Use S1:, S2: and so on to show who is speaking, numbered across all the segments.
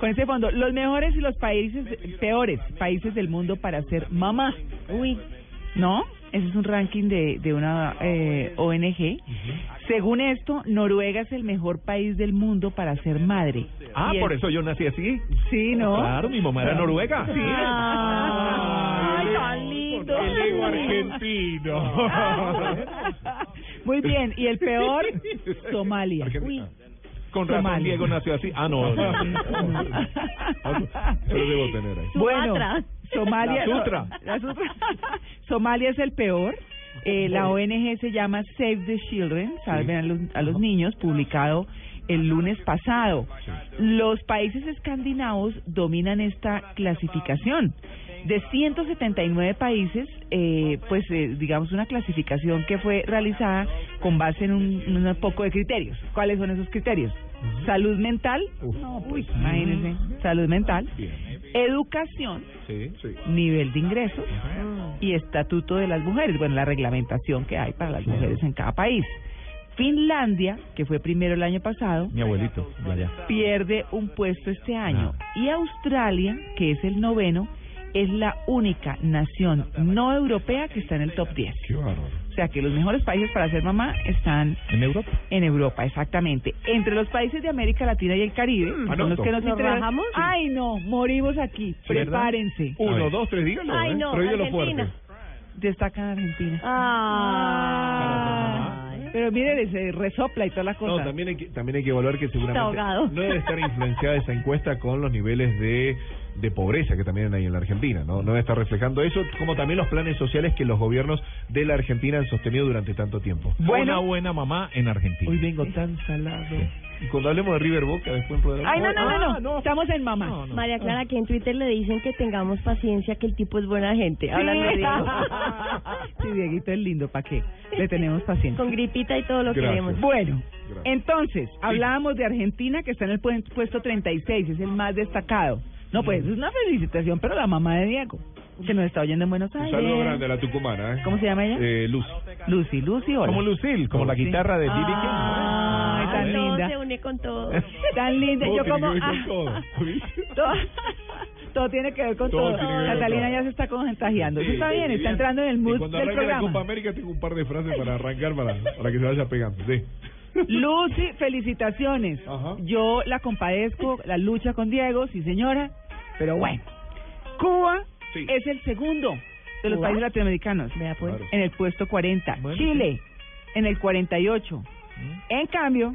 S1: Con ese fondo, los mejores y los países peores países del mundo para ser mamá.
S2: Uy,
S1: ¿No? Ese es un ranking de, de una eh, ONG. Según esto, Noruega es el mejor país del mundo para ser madre.
S3: Ah,
S1: Y
S3: por
S1: es-
S3: eso yo nací así.
S1: Sí, ¿no? Ah.
S3: Claro, mi mamá era noruega. Sí.
S1: Ay, tan lindo. Muy bien, y el peor, Somalia.
S2: uy.
S3: Con razón
S1: Somalia.
S3: Diego nació así. Ah, no. no, no. Pero debo tener ahí.
S1: Bueno,
S2: Sumatra.
S1: Somalia.
S3: La Sutra.
S1: La Sutra. Somalia es el peor. Eh, la ONG se llama Save the Children, salven a, los, a los niños, publicado el lunes pasado. Los países escandinavos dominan esta clasificación. De 179 países, eh, pues eh, digamos una clasificación que fue realizada con base en un, en un poco de criterios. ¿Cuáles son esos criterios? Salud mental,
S2: No, pues.
S1: imagínense, salud mental,
S3: Bien.
S1: educación,
S3: Sí, sí.
S1: nivel de ingresos y estatuto de las mujeres, bueno, la reglamentación que hay para las mujeres en cada país. Finlandia, que fue primero el año pasado,
S3: Mi abuelito, de allá.
S1: pierde un puesto este año. Y Australia, que es el noveno, es la única nación no europea que está en el top 10.
S3: Qué bárbaro.
S1: O sea que los mejores países para ser mamá están
S3: ¿En Europa?
S1: en Europa, exactamente. Entre los países de América Latina y el Caribe,
S3: Mm,
S1: son los
S3: anoto.
S1: que nos,
S2: ¿Nos
S1: interesan.
S2: rajamos?
S1: Ay, no, morimos aquí. Prepárense.
S4: Uh.
S3: Uno, dos, tres, díganlo.
S2: Ay,
S3: ¿eh?
S2: no,
S3: Prohíbelo
S2: Argentina.
S3: fuerte.
S1: Destacan Argentina.
S2: Ah.
S1: Pero mire, se resopla y toda la cosa.
S4: No, también hay, que, también hay que evaluar que seguramente
S2: Está ahogado.
S4: no debe estar influenciada esa encuesta con los niveles de, de pobreza que también hay en la Argentina, ¿no? No debe estar reflejando eso, como también los planes sociales que los gobiernos de la Argentina han sostenido durante tanto tiempo.
S3: Buena, buena mamá en Argentina.
S4: Hoy vengo tan salado. Y cuando hablemos de River Boca, después...
S1: Ay, no, no, no, no.
S3: Ah, no.
S1: Estamos en mamá.
S3: No, no.
S2: María Clara, que en Twitter le dicen que tengamos paciencia, que el tipo es buena gente. Hablando de
S1: Sí. Sí, Dieguito es lindo, ¿para qué? Le tenemos paciencia.
S2: Con gripita y todo lo
S4: Gracias.
S2: queremos.
S1: Bueno,
S4: Gracias.
S1: entonces, hablábamos de Argentina, que está en el puen- puesto 36, es el más destacado. No, pues es una felicitación, pero la mamá de Diego, que nos está oyendo en Buenos
S4: Un
S1: Aires.
S4: saludo grande a la tucumana, ¿eh?
S1: ¿Cómo se llama ella?
S4: Eh, Lucy.
S1: Lucy, Lucy, hola.
S3: Como Lucille, como la
S1: Sí.
S3: guitarra de Bibi King.
S1: Ay,
S2: Ah,
S1: tan
S2: todo
S1: linda.
S2: se une con todo.
S1: Tan linda,
S4: Todo
S1: yo
S4: tiene
S1: como...
S4: que ver con
S1: ah,
S4: todo.
S1: todo, todo tiene que ver con
S4: Todo
S1: todo.
S4: tiene que ver con
S1: Catalina
S4: todo.
S1: ya se está contagiando. Eso está
S4: Sí,
S1: bien,
S4: sí,
S1: está entrando en el
S4: Y
S1: mood
S4: cuando
S1: del
S4: arranque la Copa
S1: programa.
S4: América tengo un par de frases para arrancar, para, para que se vaya pegando, sí.
S1: Lucy, felicitaciones.
S4: Ajá.
S1: Yo la compadezco, la lucha con Diego, sí señora, pero bueno. Cuba
S4: Sí.
S1: es el segundo de los
S2: ¿Cuba?
S1: países latinoamericanos.
S2: Vea pues.
S4: Claro.
S1: En el puesto 40.
S3: Bueno,
S1: Chile, en el 48.
S4: ¿Mm?
S1: En cambio,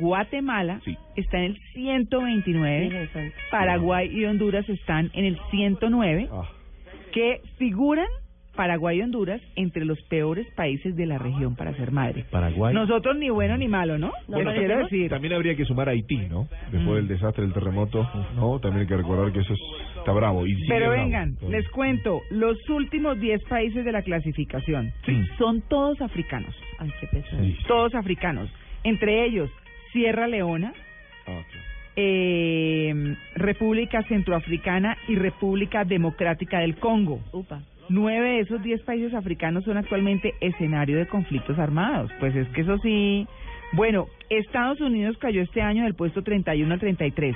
S1: Guatemala
S3: Sí.
S1: está en el 129.
S2: Virgen Santa.
S1: Paraguay y Honduras están en el 109,
S4: Ah.
S1: que figuran Paraguay y Honduras entre los peores países de la región para ser madre.
S3: Paraguay.
S1: Nosotros ni bueno ni malo, ¿no?
S2: No,
S1: Les
S2: pero
S1: quiero
S2: tenemos-
S1: decir.
S4: También habría que sumar a Haití, ¿no? Después
S1: Mm.
S4: del desastre del terremoto, ¿no? También hay que recordar que eso es- está bravo. Y sigue
S1: Pero
S4: bravo.
S1: vengan, les cuento, los últimos 10 países de la clasificación
S3: Sí.
S1: son todos africanos,
S2: Ay, qué pesar.
S4: Sí.
S1: todos africanos, entre ellos Sierra Leona,
S4: Ah, ok.
S1: eh, República Centroafricana y República Democrática del Congo.
S2: Upa.
S1: Nueve de esos diez países africanos son actualmente escenario de conflictos armados. Pues es que eso sí. Bueno, Estados Unidos cayó este año del puesto 31 al 33.